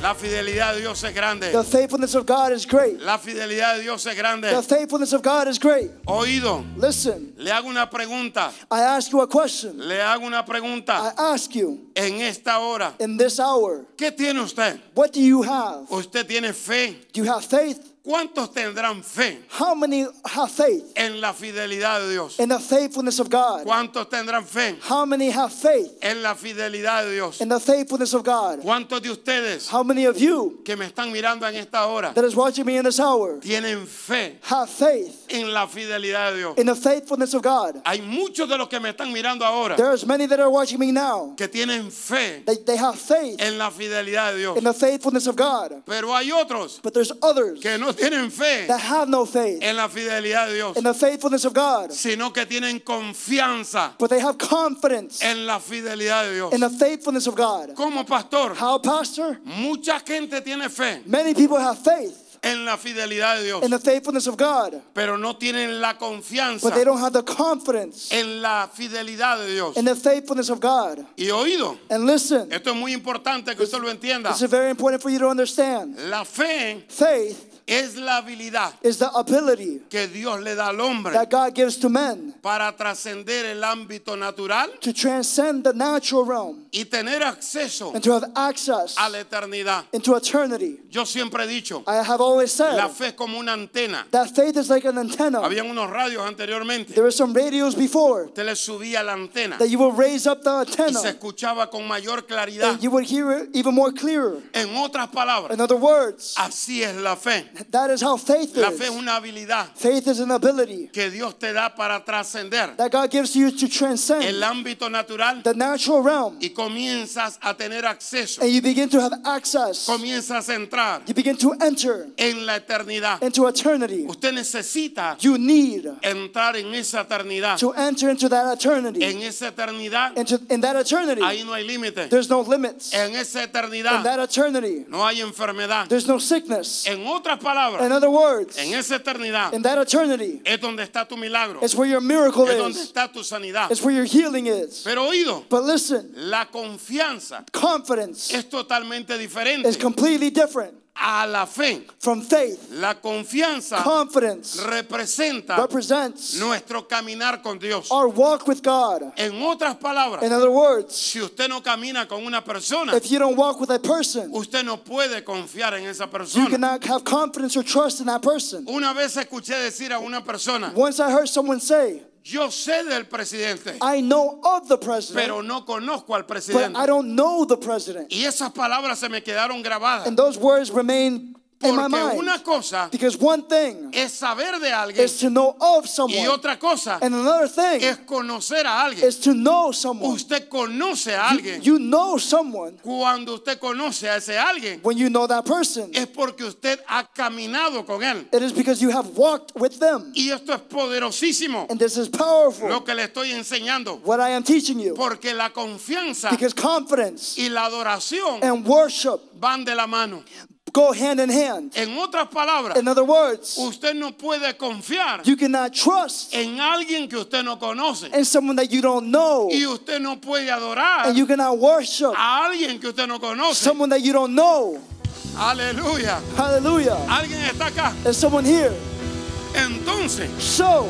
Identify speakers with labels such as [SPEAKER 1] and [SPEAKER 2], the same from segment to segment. [SPEAKER 1] La fidelidad de Dios es grande.
[SPEAKER 2] The faithfulness of God is great.
[SPEAKER 1] La fidelidad de Dios es grande.
[SPEAKER 2] The faithfulness of God is great.
[SPEAKER 1] Oído,
[SPEAKER 2] Listen,
[SPEAKER 1] le hago una pregunta.
[SPEAKER 2] I ask you a question.
[SPEAKER 1] Le hago una
[SPEAKER 2] I
[SPEAKER 1] pregunta.
[SPEAKER 2] ask you
[SPEAKER 1] En esta hora,
[SPEAKER 2] in this hour,
[SPEAKER 1] ¿qué tiene usted?
[SPEAKER 2] what do you have?
[SPEAKER 1] ¿Usted tiene fe?
[SPEAKER 2] Do you have faith?
[SPEAKER 1] ¿Cuántos tendrán fe
[SPEAKER 2] How many have faith
[SPEAKER 1] en la fidelidad de Dios?
[SPEAKER 2] in the faithfulness of God?
[SPEAKER 1] ¿Cuántos tendrán fe
[SPEAKER 2] How many have faith
[SPEAKER 1] en la fidelidad de Dios?
[SPEAKER 2] in the faithfulness of God?
[SPEAKER 1] ¿Cuántos de ustedes
[SPEAKER 2] How many of you
[SPEAKER 1] que me están mirando en esta hora
[SPEAKER 2] that is watching me in this hour
[SPEAKER 1] tienen fe
[SPEAKER 2] have faith
[SPEAKER 1] en la fidelidad de Dios?
[SPEAKER 2] in the faithfulness of God?
[SPEAKER 1] Hay muchos de los que me están mirando ahora
[SPEAKER 2] There's many that are watching me now
[SPEAKER 1] que tienen fe
[SPEAKER 2] that they have faith
[SPEAKER 1] en la fidelidad de Dios.
[SPEAKER 2] in the faithfulness of God.
[SPEAKER 1] Pero hay otros
[SPEAKER 2] But there's others
[SPEAKER 1] que no tienen fe
[SPEAKER 2] that have no faith
[SPEAKER 1] en la fidelidad de Dios,
[SPEAKER 2] in the faithfulness of God,
[SPEAKER 1] sino que tienen confianza
[SPEAKER 2] but they have confidence
[SPEAKER 1] en la fidelidad de Dios.
[SPEAKER 2] in the faithfulness of God.
[SPEAKER 1] Como pastor,
[SPEAKER 2] How, Pastor?
[SPEAKER 1] mucha gente tiene fe
[SPEAKER 2] Many people have faith
[SPEAKER 1] en la fidelidad de Dios,
[SPEAKER 2] in the faithfulness of God,
[SPEAKER 1] pero no tienen la confianza
[SPEAKER 2] but they don't have the confidence
[SPEAKER 1] en la fidelidad de Dios.
[SPEAKER 2] in the faithfulness of God.
[SPEAKER 1] Y oído,
[SPEAKER 2] And listen,
[SPEAKER 1] esto es muy importante que usted lo entienda.
[SPEAKER 2] this is very important for you to understand.
[SPEAKER 1] La fe
[SPEAKER 2] Faith
[SPEAKER 1] es la habilidad
[SPEAKER 2] is the ability
[SPEAKER 1] que Dios le da al hombre
[SPEAKER 2] that God gives to men
[SPEAKER 1] para trascender el ámbito natural
[SPEAKER 2] to transcend the natural realm
[SPEAKER 1] y tener acceso
[SPEAKER 2] and to have access
[SPEAKER 1] a la eternidad.
[SPEAKER 2] into eternity.
[SPEAKER 1] Yo siempre he dicho,
[SPEAKER 2] I have always
[SPEAKER 1] la
[SPEAKER 2] said
[SPEAKER 1] fe es como una antena.
[SPEAKER 2] that faith is like an antenna.
[SPEAKER 1] Habían unos radios anteriormente.
[SPEAKER 2] There were some radios before
[SPEAKER 1] Usted le subía la antena
[SPEAKER 2] that you will raise up the
[SPEAKER 1] y se
[SPEAKER 2] antenna
[SPEAKER 1] escuchaba con mayor claridad.
[SPEAKER 2] and you would hear it even more clearer.
[SPEAKER 1] En otras
[SPEAKER 2] In
[SPEAKER 1] palabras,
[SPEAKER 2] other words,
[SPEAKER 1] así es la fe.
[SPEAKER 2] that is how faith
[SPEAKER 1] Ah. La fe es
[SPEAKER 2] is.
[SPEAKER 1] una habilidad
[SPEAKER 2] Faith is an ability
[SPEAKER 1] que Dios te da para trascender
[SPEAKER 2] that God gives you to
[SPEAKER 1] el
[SPEAKER 2] transcend
[SPEAKER 1] ámbito natural
[SPEAKER 2] the natural realm
[SPEAKER 1] y comienzas a tener acceso.
[SPEAKER 2] and you begin to have access.
[SPEAKER 1] Comienzas a entrar
[SPEAKER 2] You begin to enter
[SPEAKER 1] en la eternidad.
[SPEAKER 2] into eternity.
[SPEAKER 1] Usted necesita
[SPEAKER 2] You need
[SPEAKER 1] entrar en esa eternidad.
[SPEAKER 2] to enter into that eternity.
[SPEAKER 1] En esa eternidad,
[SPEAKER 2] Into, in that eternity,
[SPEAKER 1] ahí no hay límite.
[SPEAKER 2] there's no limits. In
[SPEAKER 1] En esa
[SPEAKER 2] that
[SPEAKER 1] eternidad,
[SPEAKER 2] eternity,
[SPEAKER 1] no hay enfermedad.
[SPEAKER 2] there's no sickness.
[SPEAKER 1] En otras
[SPEAKER 2] In
[SPEAKER 1] palabras,
[SPEAKER 2] other words,
[SPEAKER 1] en esa eternidad
[SPEAKER 2] in that eternity,
[SPEAKER 1] es donde está tu milagro,
[SPEAKER 2] it's where your miracle
[SPEAKER 1] es donde
[SPEAKER 2] is,
[SPEAKER 1] está tu sanidad.
[SPEAKER 2] it's where your healing is.
[SPEAKER 1] Pero oído,
[SPEAKER 2] But listen,
[SPEAKER 1] la confianza
[SPEAKER 2] confidence
[SPEAKER 1] es totalmente
[SPEAKER 2] is
[SPEAKER 1] diferente
[SPEAKER 2] completely different
[SPEAKER 1] a la fe.
[SPEAKER 2] from faith.
[SPEAKER 1] La confianza
[SPEAKER 2] Confidence
[SPEAKER 1] representa
[SPEAKER 2] represents
[SPEAKER 1] nuestro caminar con Dios.
[SPEAKER 2] our walk with God.
[SPEAKER 1] En otras palabras,
[SPEAKER 2] In other words,
[SPEAKER 1] si usted no camina con una persona,
[SPEAKER 2] if you don't walk with a person,
[SPEAKER 1] usted no puede confiar en esa
[SPEAKER 2] you
[SPEAKER 1] persona.
[SPEAKER 2] cannot have confidence or trust in that person.
[SPEAKER 1] Una vez escuché decir a una persona,
[SPEAKER 2] Once I heard someone say,
[SPEAKER 1] yo sé del presidente,
[SPEAKER 2] I know of the president,
[SPEAKER 1] pero no conozco al
[SPEAKER 2] but
[SPEAKER 1] presidente.
[SPEAKER 2] I don't know the president.
[SPEAKER 1] Y esas palabras se me quedaron grabadas.
[SPEAKER 2] And those words remain in my
[SPEAKER 1] Porque
[SPEAKER 2] mind.
[SPEAKER 1] una cosa
[SPEAKER 2] Because one thing
[SPEAKER 1] es saber de alguien
[SPEAKER 2] is to know of
[SPEAKER 1] y
[SPEAKER 2] someone,
[SPEAKER 1] otra cosa
[SPEAKER 2] and another thing
[SPEAKER 1] es conocer a alguien.
[SPEAKER 2] is to know someone.
[SPEAKER 1] Usted conoce a
[SPEAKER 2] You,
[SPEAKER 1] alguien.
[SPEAKER 2] you know someone
[SPEAKER 1] Cuando usted conoce a ese alguien,
[SPEAKER 2] when you know that person.
[SPEAKER 1] es porque usted ha caminado con él.
[SPEAKER 2] It is because you have walked with them.
[SPEAKER 1] Y esto es poderosísimo
[SPEAKER 2] And this is powerful,
[SPEAKER 1] lo que le estoy enseñando.
[SPEAKER 2] what I am teaching you.
[SPEAKER 1] Porque la confianza
[SPEAKER 2] Because confidence
[SPEAKER 1] y la adoración
[SPEAKER 2] and worship
[SPEAKER 1] van de la mano.
[SPEAKER 2] go hand in hand.
[SPEAKER 1] En otras palabras,
[SPEAKER 2] In other words,
[SPEAKER 1] usted no puede confiar
[SPEAKER 2] you cannot trust
[SPEAKER 1] en alguien que usted no conoce.
[SPEAKER 2] in someone that you don't know,
[SPEAKER 1] Y usted no puede adorar
[SPEAKER 2] and you cannot worship
[SPEAKER 1] a alguien que usted no conoce.
[SPEAKER 2] someone that you don't know.
[SPEAKER 1] Aleluya.
[SPEAKER 2] Hallelujah.
[SPEAKER 1] Alguien está acá.
[SPEAKER 2] There's someone here.
[SPEAKER 1] Entonces,
[SPEAKER 2] So,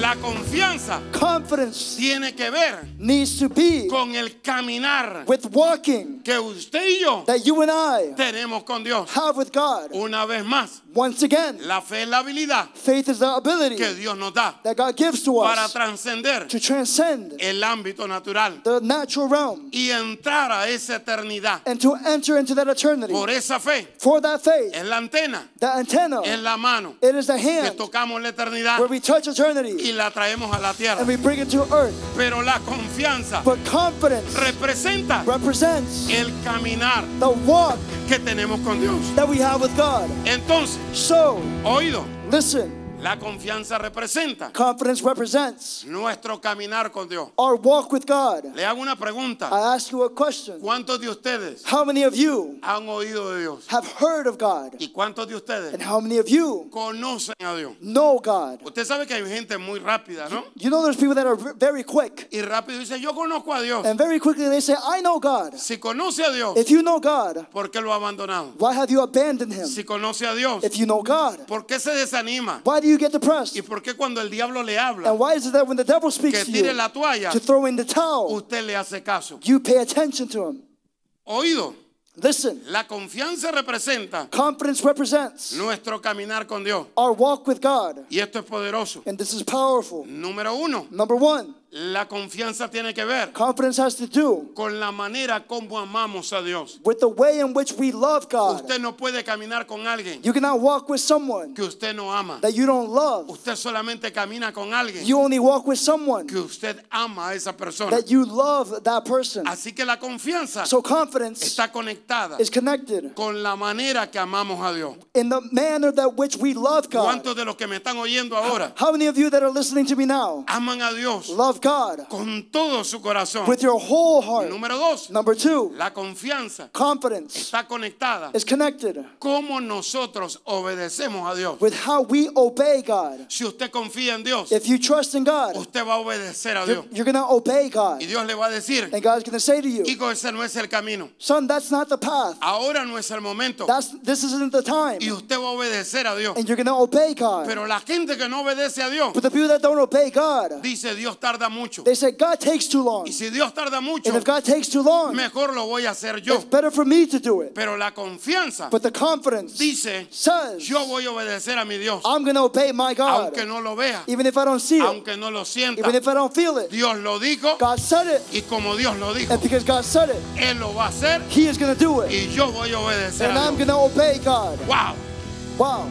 [SPEAKER 1] la confianza
[SPEAKER 2] confidence
[SPEAKER 1] tiene que ver
[SPEAKER 2] needs to be
[SPEAKER 1] con el caminar
[SPEAKER 2] with walking
[SPEAKER 1] que usted y yo
[SPEAKER 2] that you and I
[SPEAKER 1] tenemos con Dios.
[SPEAKER 2] have with God.
[SPEAKER 1] Una vez más,
[SPEAKER 2] Once again,
[SPEAKER 1] La fe es la habilidad
[SPEAKER 2] faith is the ability
[SPEAKER 1] que Dios nos da
[SPEAKER 2] that God gives to
[SPEAKER 1] para
[SPEAKER 2] us
[SPEAKER 1] trascender
[SPEAKER 2] to transcend
[SPEAKER 1] el ámbito natural
[SPEAKER 2] the natural realm
[SPEAKER 1] y entrar a esa eternidad.
[SPEAKER 2] and to enter into that eternity.
[SPEAKER 1] Por esa fe
[SPEAKER 2] For that faith,
[SPEAKER 1] es la antena,
[SPEAKER 2] the antenna,
[SPEAKER 1] es la mano
[SPEAKER 2] it is the
[SPEAKER 1] que
[SPEAKER 2] hand
[SPEAKER 1] tocamos la eternidad
[SPEAKER 2] where we touch eternity
[SPEAKER 1] y la traemos a la tierra.
[SPEAKER 2] and we bring it to earth.
[SPEAKER 1] Pero la confianza
[SPEAKER 2] But confidence
[SPEAKER 1] representa
[SPEAKER 2] represents
[SPEAKER 1] el caminar
[SPEAKER 2] the walk
[SPEAKER 1] que tenemos con Dios.
[SPEAKER 2] that we have with God.
[SPEAKER 1] Entonces,
[SPEAKER 2] So,
[SPEAKER 1] oído,
[SPEAKER 2] listen,
[SPEAKER 1] la confianza representa
[SPEAKER 2] confidence represents
[SPEAKER 1] nuestro caminar con Dios.
[SPEAKER 2] our walk with God.
[SPEAKER 1] Le hago una pregunta.
[SPEAKER 2] I ask you a question.
[SPEAKER 1] ¿Cuántos de ustedes
[SPEAKER 2] How many of you
[SPEAKER 1] han oído de Dios?
[SPEAKER 2] have heard of God?
[SPEAKER 1] ¿Y cuántos de
[SPEAKER 2] And
[SPEAKER 1] ustedes
[SPEAKER 2] how many of you
[SPEAKER 1] conocen a Dios?
[SPEAKER 2] know God?
[SPEAKER 1] Usted sabe que hay gente muy rápida, ¿no?
[SPEAKER 2] You know, there's people that are v- very quick,
[SPEAKER 1] Y rápido dice, yo conozco a Dios.
[SPEAKER 2] and very quickly they say, I know God.
[SPEAKER 1] Si conoce a Dios,
[SPEAKER 2] If you know God,
[SPEAKER 1] ¿por qué lo ha abandonado?
[SPEAKER 2] why have you abandoned Him?
[SPEAKER 1] Si conoce a Dios,
[SPEAKER 2] If you know God,
[SPEAKER 1] ¿por qué se desanima?
[SPEAKER 2] why do you get depressed?
[SPEAKER 1] ¿Y por qué cuando el diablo le
[SPEAKER 2] And
[SPEAKER 1] habla
[SPEAKER 2] why is it that when the devil
[SPEAKER 1] que
[SPEAKER 2] speaks to
[SPEAKER 1] tire
[SPEAKER 2] you
[SPEAKER 1] la toalla,
[SPEAKER 2] to throw in the towel,
[SPEAKER 1] usted le hace caso?
[SPEAKER 2] you pay attention to him?
[SPEAKER 1] Oído,
[SPEAKER 2] Listen,
[SPEAKER 1] la confianza representa
[SPEAKER 2] confidence represents
[SPEAKER 1] nuestro caminar con Dios.
[SPEAKER 2] our walk with God,
[SPEAKER 1] Y esto es poderoso.
[SPEAKER 2] and this is powerful.
[SPEAKER 1] Número uno,
[SPEAKER 2] Number one,
[SPEAKER 1] la confianza tiene que ver
[SPEAKER 2] confidence has to do
[SPEAKER 1] con la manera como amamos a Dios.
[SPEAKER 2] with the way in which we love God.
[SPEAKER 1] Usted no puede caminar con alguien
[SPEAKER 2] You cannot walk with someone
[SPEAKER 1] que usted no ama.
[SPEAKER 2] that you don't love.
[SPEAKER 1] Usted solamente camina con alguien
[SPEAKER 2] You only walk with someone
[SPEAKER 1] que usted ama a esa persona.
[SPEAKER 2] that you love that person.
[SPEAKER 1] Así que la confianza
[SPEAKER 2] So confidence
[SPEAKER 1] está conectada
[SPEAKER 2] is connected
[SPEAKER 1] con la manera que amamos a Dios.
[SPEAKER 2] in the manner that which we love God.
[SPEAKER 1] ¿Cuántos de los que me están oyendo ahora
[SPEAKER 2] How many of you that are listening to me now
[SPEAKER 1] aman a Dios
[SPEAKER 2] love God
[SPEAKER 1] con todo su corazón?
[SPEAKER 2] with your whole heart?
[SPEAKER 1] Número dos,
[SPEAKER 2] Number two,
[SPEAKER 1] la confianza
[SPEAKER 2] confidence
[SPEAKER 1] está conectada
[SPEAKER 2] is connected
[SPEAKER 1] cómo nosotros obedecemos a Dios.
[SPEAKER 2] with how we obey God.
[SPEAKER 1] Si usted confía en Dios,
[SPEAKER 2] If you trust in God,
[SPEAKER 1] usted va a obedecer a
[SPEAKER 2] you're,
[SPEAKER 1] Dios.
[SPEAKER 2] you're going to obey God.
[SPEAKER 1] Y Dios le va a decir,
[SPEAKER 2] And God's going to say to you,
[SPEAKER 1] hijo, ese no es el camino.
[SPEAKER 2] son, that's not the path.
[SPEAKER 1] Ahora no es el momento.
[SPEAKER 2] That's, this isn't the time.
[SPEAKER 1] Y usted va a obedecer a Dios.
[SPEAKER 2] And you're going to obey God.
[SPEAKER 1] Pero la gente que no obedece a Dios
[SPEAKER 2] But the people that don't obey God,
[SPEAKER 1] dice, Dios tarda mucho.
[SPEAKER 2] they say, God takes too long.
[SPEAKER 1] Y si Dios tarda mucho,
[SPEAKER 2] And if God takes too long,
[SPEAKER 1] mejor lo voy a hacer yo.
[SPEAKER 2] it's better for me to do it.
[SPEAKER 1] Pero la confianza
[SPEAKER 2] But the confidence
[SPEAKER 1] dice,
[SPEAKER 2] says,
[SPEAKER 1] yo voy a obedecer a mi Dios,
[SPEAKER 2] I'm going to obey my God,
[SPEAKER 1] aunque no lo vea,
[SPEAKER 2] even if I don't see it,
[SPEAKER 1] aunque no lo sienta.
[SPEAKER 2] even if I don't feel it.
[SPEAKER 1] Dios lo dijo
[SPEAKER 2] God said it.
[SPEAKER 1] y como Dios lo dijo,
[SPEAKER 2] And because God said it,
[SPEAKER 1] Él lo va a hacer
[SPEAKER 2] He is going to do it.
[SPEAKER 1] y yo voy a obedecer.
[SPEAKER 2] And
[SPEAKER 1] A
[SPEAKER 2] I'm
[SPEAKER 1] Dios.
[SPEAKER 2] going to obey God.
[SPEAKER 1] Wow,
[SPEAKER 2] Wow.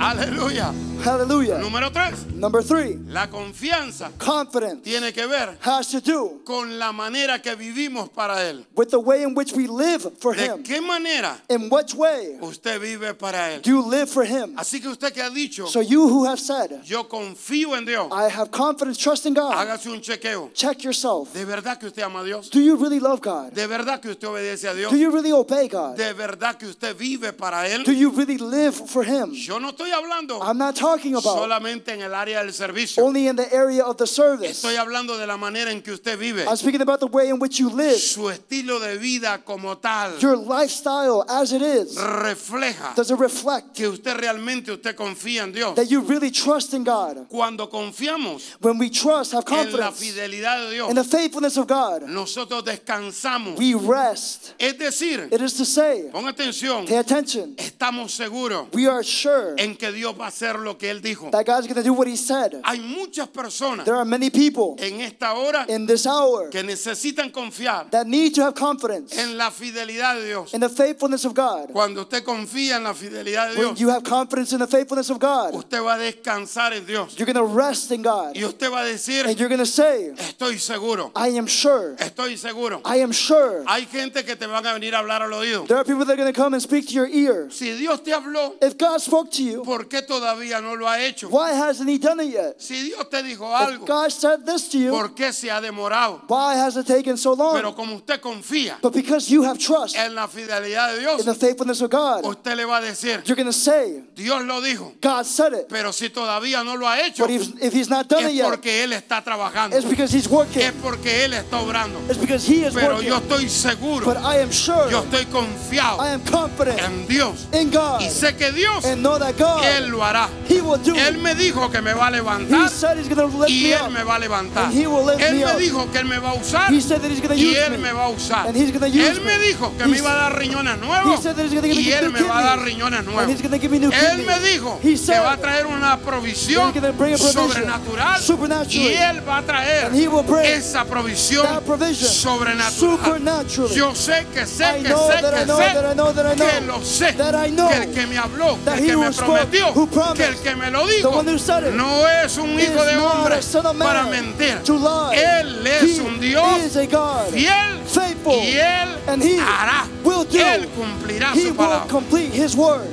[SPEAKER 1] aleluya.
[SPEAKER 2] Hallelujah.
[SPEAKER 1] Número tres,
[SPEAKER 2] Number three,
[SPEAKER 1] la confianza
[SPEAKER 2] confidence
[SPEAKER 1] tiene que ver
[SPEAKER 2] has to do
[SPEAKER 1] con la manera que vivimos para Él.
[SPEAKER 2] with the way in which we live for
[SPEAKER 1] ¿De
[SPEAKER 2] Him.
[SPEAKER 1] qué manera
[SPEAKER 2] In which way
[SPEAKER 1] usted vive para Él?
[SPEAKER 2] do you live for Him?
[SPEAKER 1] Así que usted que ha dicho,
[SPEAKER 2] So you who have said,
[SPEAKER 1] yo confío en Dios,
[SPEAKER 2] I have confidence, trust in God,
[SPEAKER 1] hágase un chequeo.
[SPEAKER 2] check yourself.
[SPEAKER 1] ¿De verdad que usted ama a Dios?
[SPEAKER 2] Do you really love God?
[SPEAKER 1] ¿De verdad que usted obedece a Dios?
[SPEAKER 2] Do you really obey God?
[SPEAKER 1] ¿De verdad que usted vive para
[SPEAKER 2] Do
[SPEAKER 1] Él?
[SPEAKER 2] you really live for Him?
[SPEAKER 1] Yo no estoy hablando
[SPEAKER 2] I'm not talking about
[SPEAKER 1] solamente en el área del servicio.
[SPEAKER 2] only in the area of the service.
[SPEAKER 1] Estoy hablando de la manera en que usted vive,
[SPEAKER 2] I'm speaking about the way in which you live.
[SPEAKER 1] su estilo de vida como tal.
[SPEAKER 2] Your lifestyle as it is.
[SPEAKER 1] Ah. Refleja
[SPEAKER 2] Does it reflect
[SPEAKER 1] que usted realmente usted confía en Dios.
[SPEAKER 2] that you really trust in God?
[SPEAKER 1] Cuando confiamos
[SPEAKER 2] When we trust, have
[SPEAKER 1] en la
[SPEAKER 2] confidence
[SPEAKER 1] fidelidad de Dios,
[SPEAKER 2] in the faithfulness of God,
[SPEAKER 1] nosotros descansamos.
[SPEAKER 2] we rest.
[SPEAKER 1] Es decir,
[SPEAKER 2] It is to say,
[SPEAKER 1] pon atención,
[SPEAKER 2] pay attention.
[SPEAKER 1] estamos seguros
[SPEAKER 2] We are sure
[SPEAKER 1] en que Dios va a hacer lo que Él dijo.
[SPEAKER 2] that God's going to do what He said.
[SPEAKER 1] Hay muchas personas
[SPEAKER 2] There are many people
[SPEAKER 1] en esta hora
[SPEAKER 2] in this hour
[SPEAKER 1] que necesitan confiar
[SPEAKER 2] that need to have confidence
[SPEAKER 1] en la fidelidad de Dios.
[SPEAKER 2] in the faithfulness of God.
[SPEAKER 1] Cuando usted confía en la fidelidad de
[SPEAKER 2] When
[SPEAKER 1] Dios,
[SPEAKER 2] you have confidence in the faithfulness of God,
[SPEAKER 1] usted va a descansar en Dios.
[SPEAKER 2] you're going to rest in God.
[SPEAKER 1] Y usted va a
[SPEAKER 2] And
[SPEAKER 1] decir,
[SPEAKER 2] you're going to say,
[SPEAKER 1] estoy seguro,
[SPEAKER 2] I am sure.
[SPEAKER 1] estoy seguro.
[SPEAKER 2] I am sure.
[SPEAKER 1] Hay gente que te van a venir a hablar al oído.
[SPEAKER 2] There are people that are going to come and speak to your ear.
[SPEAKER 1] Si Dios te habló,
[SPEAKER 2] If God spoke to you,
[SPEAKER 1] ¿por qué todavía no lo ha hecho?
[SPEAKER 2] why hasn't He done it yet?
[SPEAKER 1] Si Dios te dijo
[SPEAKER 2] If
[SPEAKER 1] algo,
[SPEAKER 2] God said this to you,
[SPEAKER 1] ¿por qué se ha demorado?
[SPEAKER 2] why has it taken so
[SPEAKER 1] Pero
[SPEAKER 2] long?
[SPEAKER 1] como usted confía
[SPEAKER 2] But because you have trust
[SPEAKER 1] en la fidelidad de
[SPEAKER 2] in
[SPEAKER 1] Dios,
[SPEAKER 2] the faithfulness of God,
[SPEAKER 1] usted le va a decir,
[SPEAKER 2] you're going to say,
[SPEAKER 1] Dios lo dijo,
[SPEAKER 2] God said it.
[SPEAKER 1] pero si todavía no lo ha hecho,
[SPEAKER 2] But
[SPEAKER 1] es
[SPEAKER 2] if, if He's not done it yet,
[SPEAKER 1] porque Él está trabajando,
[SPEAKER 2] it's because He's working.
[SPEAKER 1] es porque Él está obrando.
[SPEAKER 2] It's because He is
[SPEAKER 1] Pero yo
[SPEAKER 2] working.
[SPEAKER 1] estoy seguro,
[SPEAKER 2] But I am
[SPEAKER 1] yo
[SPEAKER 2] sure.
[SPEAKER 1] estoy confiado
[SPEAKER 2] I am confident
[SPEAKER 1] en Dios
[SPEAKER 2] in God.
[SPEAKER 1] y sé que Dios,
[SPEAKER 2] And know that God,
[SPEAKER 1] Él lo hará.
[SPEAKER 2] He will do
[SPEAKER 1] Él
[SPEAKER 2] it.
[SPEAKER 1] me dijo que me va a levantar
[SPEAKER 2] He said he's going to lift
[SPEAKER 1] y
[SPEAKER 2] me
[SPEAKER 1] Él
[SPEAKER 2] up.
[SPEAKER 1] me va a levantar.
[SPEAKER 2] And he will lift
[SPEAKER 1] Él
[SPEAKER 2] me
[SPEAKER 1] me
[SPEAKER 2] up.
[SPEAKER 1] dijo que Él me va a usar
[SPEAKER 2] He said that he's going to
[SPEAKER 1] y
[SPEAKER 2] use
[SPEAKER 1] Él
[SPEAKER 2] me.
[SPEAKER 1] me va a usar.
[SPEAKER 2] And he's gonna use
[SPEAKER 1] él me
[SPEAKER 2] me.
[SPEAKER 1] dijo que
[SPEAKER 2] He
[SPEAKER 1] me iba a
[SPEAKER 2] said-
[SPEAKER 1] dar riñones
[SPEAKER 2] He
[SPEAKER 1] nuevos
[SPEAKER 2] said that he's going to give me
[SPEAKER 1] y Él
[SPEAKER 2] new
[SPEAKER 1] me va a dar
[SPEAKER 2] kidneys.
[SPEAKER 1] riñones
[SPEAKER 2] And
[SPEAKER 1] nuevos.
[SPEAKER 2] he's going to give me new
[SPEAKER 1] Él
[SPEAKER 2] kidneys.
[SPEAKER 1] me dijo
[SPEAKER 2] He
[SPEAKER 1] que va a
[SPEAKER 2] said
[SPEAKER 1] traer una provisión
[SPEAKER 2] he's gonna bring a provision
[SPEAKER 1] sobrenatural y
[SPEAKER 2] supernaturally.
[SPEAKER 1] Él va a traer
[SPEAKER 2] And he will bring
[SPEAKER 1] esa provisión
[SPEAKER 2] that provision
[SPEAKER 1] sobrenatural.
[SPEAKER 2] supernaturally.
[SPEAKER 1] Yo sé que sé
[SPEAKER 2] I
[SPEAKER 1] que
[SPEAKER 2] know
[SPEAKER 1] sé
[SPEAKER 2] that I
[SPEAKER 1] que
[SPEAKER 2] know
[SPEAKER 1] sé
[SPEAKER 2] that I know that I know
[SPEAKER 1] que lo sé
[SPEAKER 2] that I know
[SPEAKER 1] que el que me habló, que
[SPEAKER 2] that
[SPEAKER 1] el
[SPEAKER 2] he
[SPEAKER 1] que me
[SPEAKER 2] who spoke,
[SPEAKER 1] prometió,
[SPEAKER 2] who promised,
[SPEAKER 1] que el que me lo
[SPEAKER 2] the
[SPEAKER 1] dijo
[SPEAKER 2] one who said it,
[SPEAKER 1] no es un
[SPEAKER 2] is
[SPEAKER 1] hijo de
[SPEAKER 2] not
[SPEAKER 1] hombre
[SPEAKER 2] a son of man
[SPEAKER 1] para mentir.
[SPEAKER 2] to lie.
[SPEAKER 1] Él es
[SPEAKER 2] He
[SPEAKER 1] un Dios
[SPEAKER 2] is a God,
[SPEAKER 1] fiel
[SPEAKER 2] faithful,
[SPEAKER 1] y él
[SPEAKER 2] and he
[SPEAKER 1] hará,
[SPEAKER 2] will do.
[SPEAKER 1] él cumplirá
[SPEAKER 2] He
[SPEAKER 1] su
[SPEAKER 2] will
[SPEAKER 1] palabra.
[SPEAKER 2] complete his word.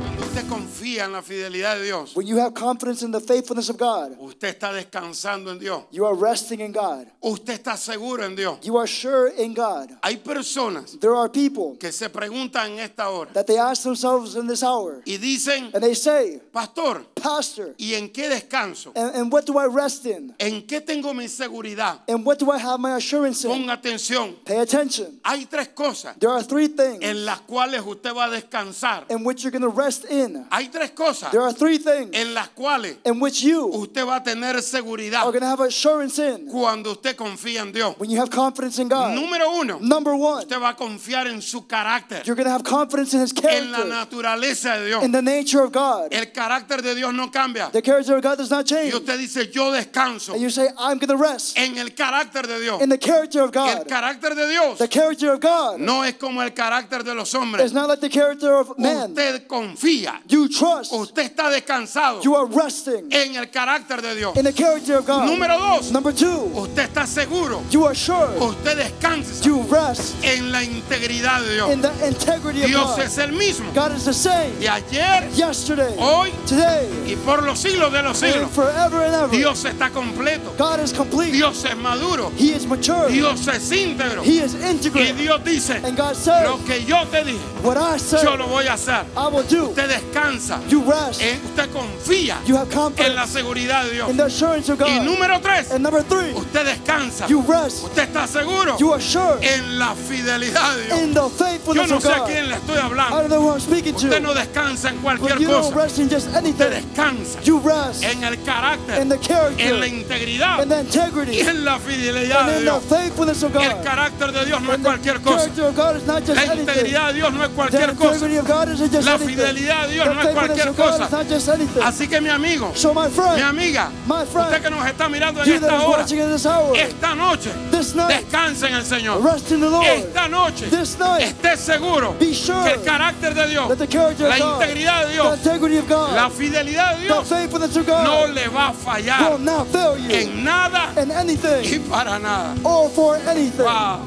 [SPEAKER 1] Cuando usted confía en la fidelidad de Dios,
[SPEAKER 2] When you have confidence in the faithfulness of God,
[SPEAKER 1] usted está descansando en Dios,
[SPEAKER 2] you are resting in God.
[SPEAKER 1] usted está seguro en Dios.
[SPEAKER 2] You are sure in God.
[SPEAKER 1] Hay personas
[SPEAKER 2] There are people
[SPEAKER 1] que se preguntan en esta hora
[SPEAKER 2] that they ask themselves in this hour,
[SPEAKER 1] y dicen,
[SPEAKER 2] and they say,
[SPEAKER 1] pastor,
[SPEAKER 2] Pastor,
[SPEAKER 1] ¿y en qué descanso?
[SPEAKER 2] and, and what do I rest in?
[SPEAKER 1] ¿En qué tengo mi seguridad?
[SPEAKER 2] And what do I have my assurance in?
[SPEAKER 1] Ponga atención.
[SPEAKER 2] Pay attention.
[SPEAKER 1] Hay tres cosas
[SPEAKER 2] There are three things
[SPEAKER 1] en las cuales usted va a descansar.
[SPEAKER 2] in which you're going to rest in.
[SPEAKER 1] Hay tres cosas
[SPEAKER 2] There are three things
[SPEAKER 1] en las cuales
[SPEAKER 2] in which you
[SPEAKER 1] usted va a tener seguridad
[SPEAKER 2] are going to have assurance in
[SPEAKER 1] cuando usted confía en Dios.
[SPEAKER 2] when you have confidence in God.
[SPEAKER 1] Número uno,
[SPEAKER 2] Number one,
[SPEAKER 1] usted va a confiar en su carácter,
[SPEAKER 2] you're going to have confidence in His
[SPEAKER 1] en la
[SPEAKER 2] character,
[SPEAKER 1] naturaleza de Dios.
[SPEAKER 2] in the nature of God.
[SPEAKER 1] El carácter de Dios no cambia.
[SPEAKER 2] The character of God does not
[SPEAKER 1] Y
[SPEAKER 2] change.
[SPEAKER 1] usted dice, yo descanso
[SPEAKER 2] And you say, I'm going to rest
[SPEAKER 1] en el carácter de Dios.
[SPEAKER 2] in the character of
[SPEAKER 1] El
[SPEAKER 2] God.
[SPEAKER 1] carácter de Dios
[SPEAKER 2] The character of God
[SPEAKER 1] no es como el carácter de los hombres.
[SPEAKER 2] is not like the character of man.
[SPEAKER 1] Usted confía,
[SPEAKER 2] You trust,
[SPEAKER 1] usted está descansado
[SPEAKER 2] you are resting
[SPEAKER 1] en el carácter de Dios.
[SPEAKER 2] in the character of God.
[SPEAKER 1] Número dos,
[SPEAKER 2] Number two,
[SPEAKER 1] usted está seguro,
[SPEAKER 2] you are sure,
[SPEAKER 1] usted descansa
[SPEAKER 2] you rest
[SPEAKER 1] en la integridad de Dios.
[SPEAKER 2] in the integrity of
[SPEAKER 1] Dios
[SPEAKER 2] God.
[SPEAKER 1] es Oh, el mismo
[SPEAKER 2] God is the same
[SPEAKER 1] de ayer,
[SPEAKER 2] yesterday,
[SPEAKER 1] hoy
[SPEAKER 2] today,
[SPEAKER 1] y por los siglos de los
[SPEAKER 2] and
[SPEAKER 1] siglos.
[SPEAKER 2] forever and ever.
[SPEAKER 1] Dios está completo.
[SPEAKER 2] God is complete.
[SPEAKER 1] Dios es maduro.
[SPEAKER 2] He is mature.
[SPEAKER 1] Dios es íntegro.
[SPEAKER 2] He is
[SPEAKER 1] Y
[SPEAKER 2] integrated.
[SPEAKER 1] Dios dice,
[SPEAKER 2] And God says,
[SPEAKER 1] lo que yo te dije,
[SPEAKER 2] what I say,
[SPEAKER 1] yo lo voy a hacer.
[SPEAKER 2] I will do.
[SPEAKER 1] Usted descansa.
[SPEAKER 2] You rest.
[SPEAKER 1] Eh, Usted confía
[SPEAKER 2] You have
[SPEAKER 1] en la
[SPEAKER 2] confidence
[SPEAKER 1] seguridad de Dios.
[SPEAKER 2] in the assurance of
[SPEAKER 1] Y
[SPEAKER 2] God.
[SPEAKER 1] número tres,
[SPEAKER 2] and number three,
[SPEAKER 1] usted descansa.
[SPEAKER 2] you rest.
[SPEAKER 1] Usted está seguro
[SPEAKER 2] You are sure
[SPEAKER 1] en la fidelidad de Dios.
[SPEAKER 2] in the
[SPEAKER 1] Eh. Yo
[SPEAKER 2] faithfulness
[SPEAKER 1] no
[SPEAKER 2] of
[SPEAKER 1] sé a
[SPEAKER 2] God.
[SPEAKER 1] quién le estoy
[SPEAKER 2] I
[SPEAKER 1] hablando.
[SPEAKER 2] don't know who I'm speaking to,
[SPEAKER 1] Usted no descansa en
[SPEAKER 2] but
[SPEAKER 1] cualquier
[SPEAKER 2] you don't
[SPEAKER 1] cosa.
[SPEAKER 2] rest in just
[SPEAKER 1] Usted
[SPEAKER 2] anything.
[SPEAKER 1] descansa
[SPEAKER 2] You rest
[SPEAKER 1] en el carácter,
[SPEAKER 2] in the character,
[SPEAKER 1] en la integridad
[SPEAKER 2] in the integrity,
[SPEAKER 1] y en la fidelidad
[SPEAKER 2] and
[SPEAKER 1] de
[SPEAKER 2] in the
[SPEAKER 1] Dios.
[SPEAKER 2] faithfulness of
[SPEAKER 1] El
[SPEAKER 2] God.
[SPEAKER 1] carácter de Dios no es
[SPEAKER 2] And the
[SPEAKER 1] cualquier cosa.
[SPEAKER 2] character of God is not just
[SPEAKER 1] La
[SPEAKER 2] anything.
[SPEAKER 1] integridad de Dios no es
[SPEAKER 2] The
[SPEAKER 1] cualquier cosa.
[SPEAKER 2] integrity of God isn't just
[SPEAKER 1] La
[SPEAKER 2] anything.
[SPEAKER 1] fidelidad de Dios
[SPEAKER 2] The
[SPEAKER 1] no es
[SPEAKER 2] faithfulness
[SPEAKER 1] cualquier
[SPEAKER 2] of God
[SPEAKER 1] cosa.
[SPEAKER 2] is not just anything.
[SPEAKER 1] Así que mi amigo,
[SPEAKER 2] so my
[SPEAKER 1] mi
[SPEAKER 2] friend,
[SPEAKER 1] amiga,
[SPEAKER 2] my friend,
[SPEAKER 1] usted que nos está mirando en
[SPEAKER 2] you that
[SPEAKER 1] esta
[SPEAKER 2] is
[SPEAKER 1] hora,
[SPEAKER 2] watching in this hour,
[SPEAKER 1] esta noche,
[SPEAKER 2] this night,
[SPEAKER 1] descansa en el Señor.
[SPEAKER 2] rest in the Lord.
[SPEAKER 1] Esta noche,
[SPEAKER 2] This night,
[SPEAKER 1] esté seguro
[SPEAKER 2] be sure
[SPEAKER 1] que el carácter de Dios,
[SPEAKER 2] that the character
[SPEAKER 1] la
[SPEAKER 2] of God,
[SPEAKER 1] integridad de
[SPEAKER 2] the
[SPEAKER 1] Dios,
[SPEAKER 2] integrity of God,
[SPEAKER 1] la fidelidad de
[SPEAKER 2] the
[SPEAKER 1] Dios
[SPEAKER 2] faithfulness of
[SPEAKER 1] no
[SPEAKER 2] God
[SPEAKER 1] le va a
[SPEAKER 2] will
[SPEAKER 1] fallar
[SPEAKER 2] not fail you
[SPEAKER 1] en nada
[SPEAKER 2] in anything
[SPEAKER 1] y para nada.
[SPEAKER 2] or for anything.
[SPEAKER 1] Wow.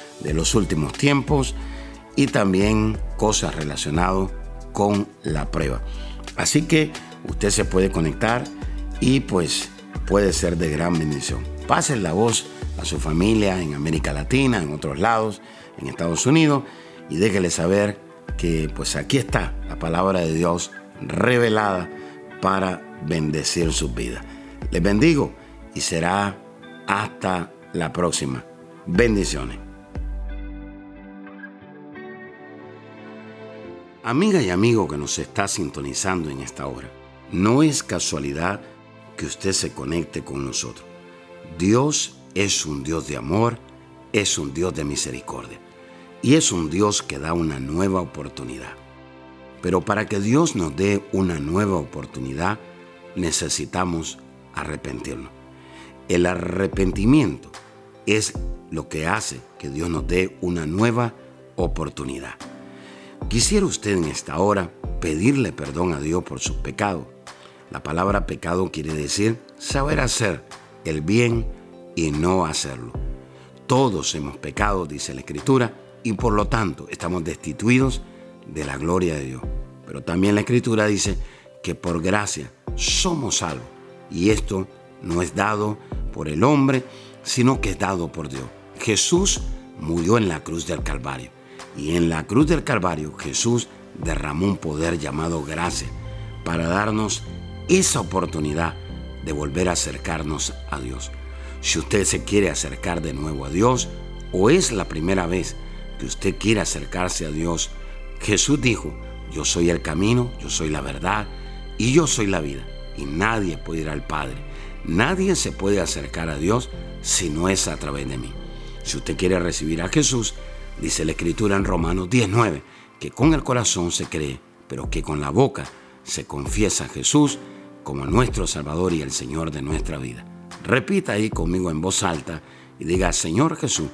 [SPEAKER 3] de los últimos tiempos y también cosas relacionadas con la prueba. Así que usted se puede conectar y pues puede ser de gran bendición. Pasen la voz a su familia en América Latina, en otros lados, en Estados Unidos y déjele saber que pues aquí está la palabra de Dios revelada para bendecir sus vidas. Les bendigo y será hasta la próxima. Bendiciones. Amiga y amigo que nos está sintonizando en esta hora, no es casualidad que usted se conecte con nosotros. Dios es un Dios de amor, es un Dios de misericordia y es un Dios que da una nueva oportunidad. Pero para que Dios nos dé una nueva oportunidad, necesitamos arrepentirnos. El arrepentimiento es lo que hace que Dios nos dé una nueva oportunidad. Quisiera usted en esta hora pedirle perdón a Dios por sus pecados. La palabra pecado quiere decir saber hacer el bien y no hacerlo. Todos hemos pecado, dice la Escritura, y por lo tanto estamos destituidos de la gloria de Dios. Pero también la Escritura dice que por gracia somos salvos. Y esto no es dado por el hombre, sino que es dado por Dios. Jesús murió en la cruz del Calvario. Y en la cruz del Calvario Jesús derramó un poder llamado gracia para darnos esa oportunidad de volver a acercarnos a Dios. Si usted se quiere acercar de nuevo a Dios o es la primera vez que usted quiere acercarse a Dios, Jesús dijo, yo soy el camino, yo soy la verdad y yo soy la vida. Y nadie puede ir al Padre, nadie se puede acercar a Dios si no es a través de mí. Si usted quiere recibir a Jesús, dice la Escritura en Romanos 19, que con el corazón se cree, pero que con la boca se confiesa a Jesús como nuestro Salvador y el Señor de nuestra vida. Repita ahí conmigo en voz alta y diga, Señor Jesús,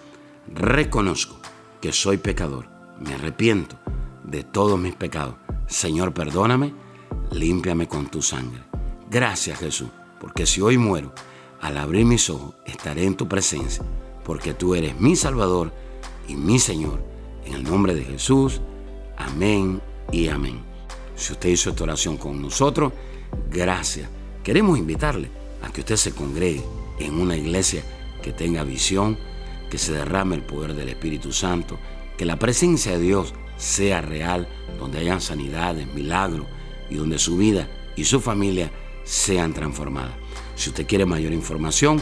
[SPEAKER 3] reconozco que soy pecador, me arrepiento de todos mis pecados. Señor, perdóname, límpiame con tu sangre. Gracias Jesús, porque si hoy muero, al abrir mis ojos estaré en tu presencia, porque tú eres mi Salvador y mi Señor. En el nombre de Jesús, amén y amén. Si usted hizo esta oración con nosotros, gracias. Queremos invitarle a que usted se congregue en una iglesia que tenga visión, que se derrame el poder del Espíritu Santo, que la presencia de Dios sea real, donde hayan sanidades, milagros y donde su vida y su familia sean transformadas. Si usted quiere mayor información,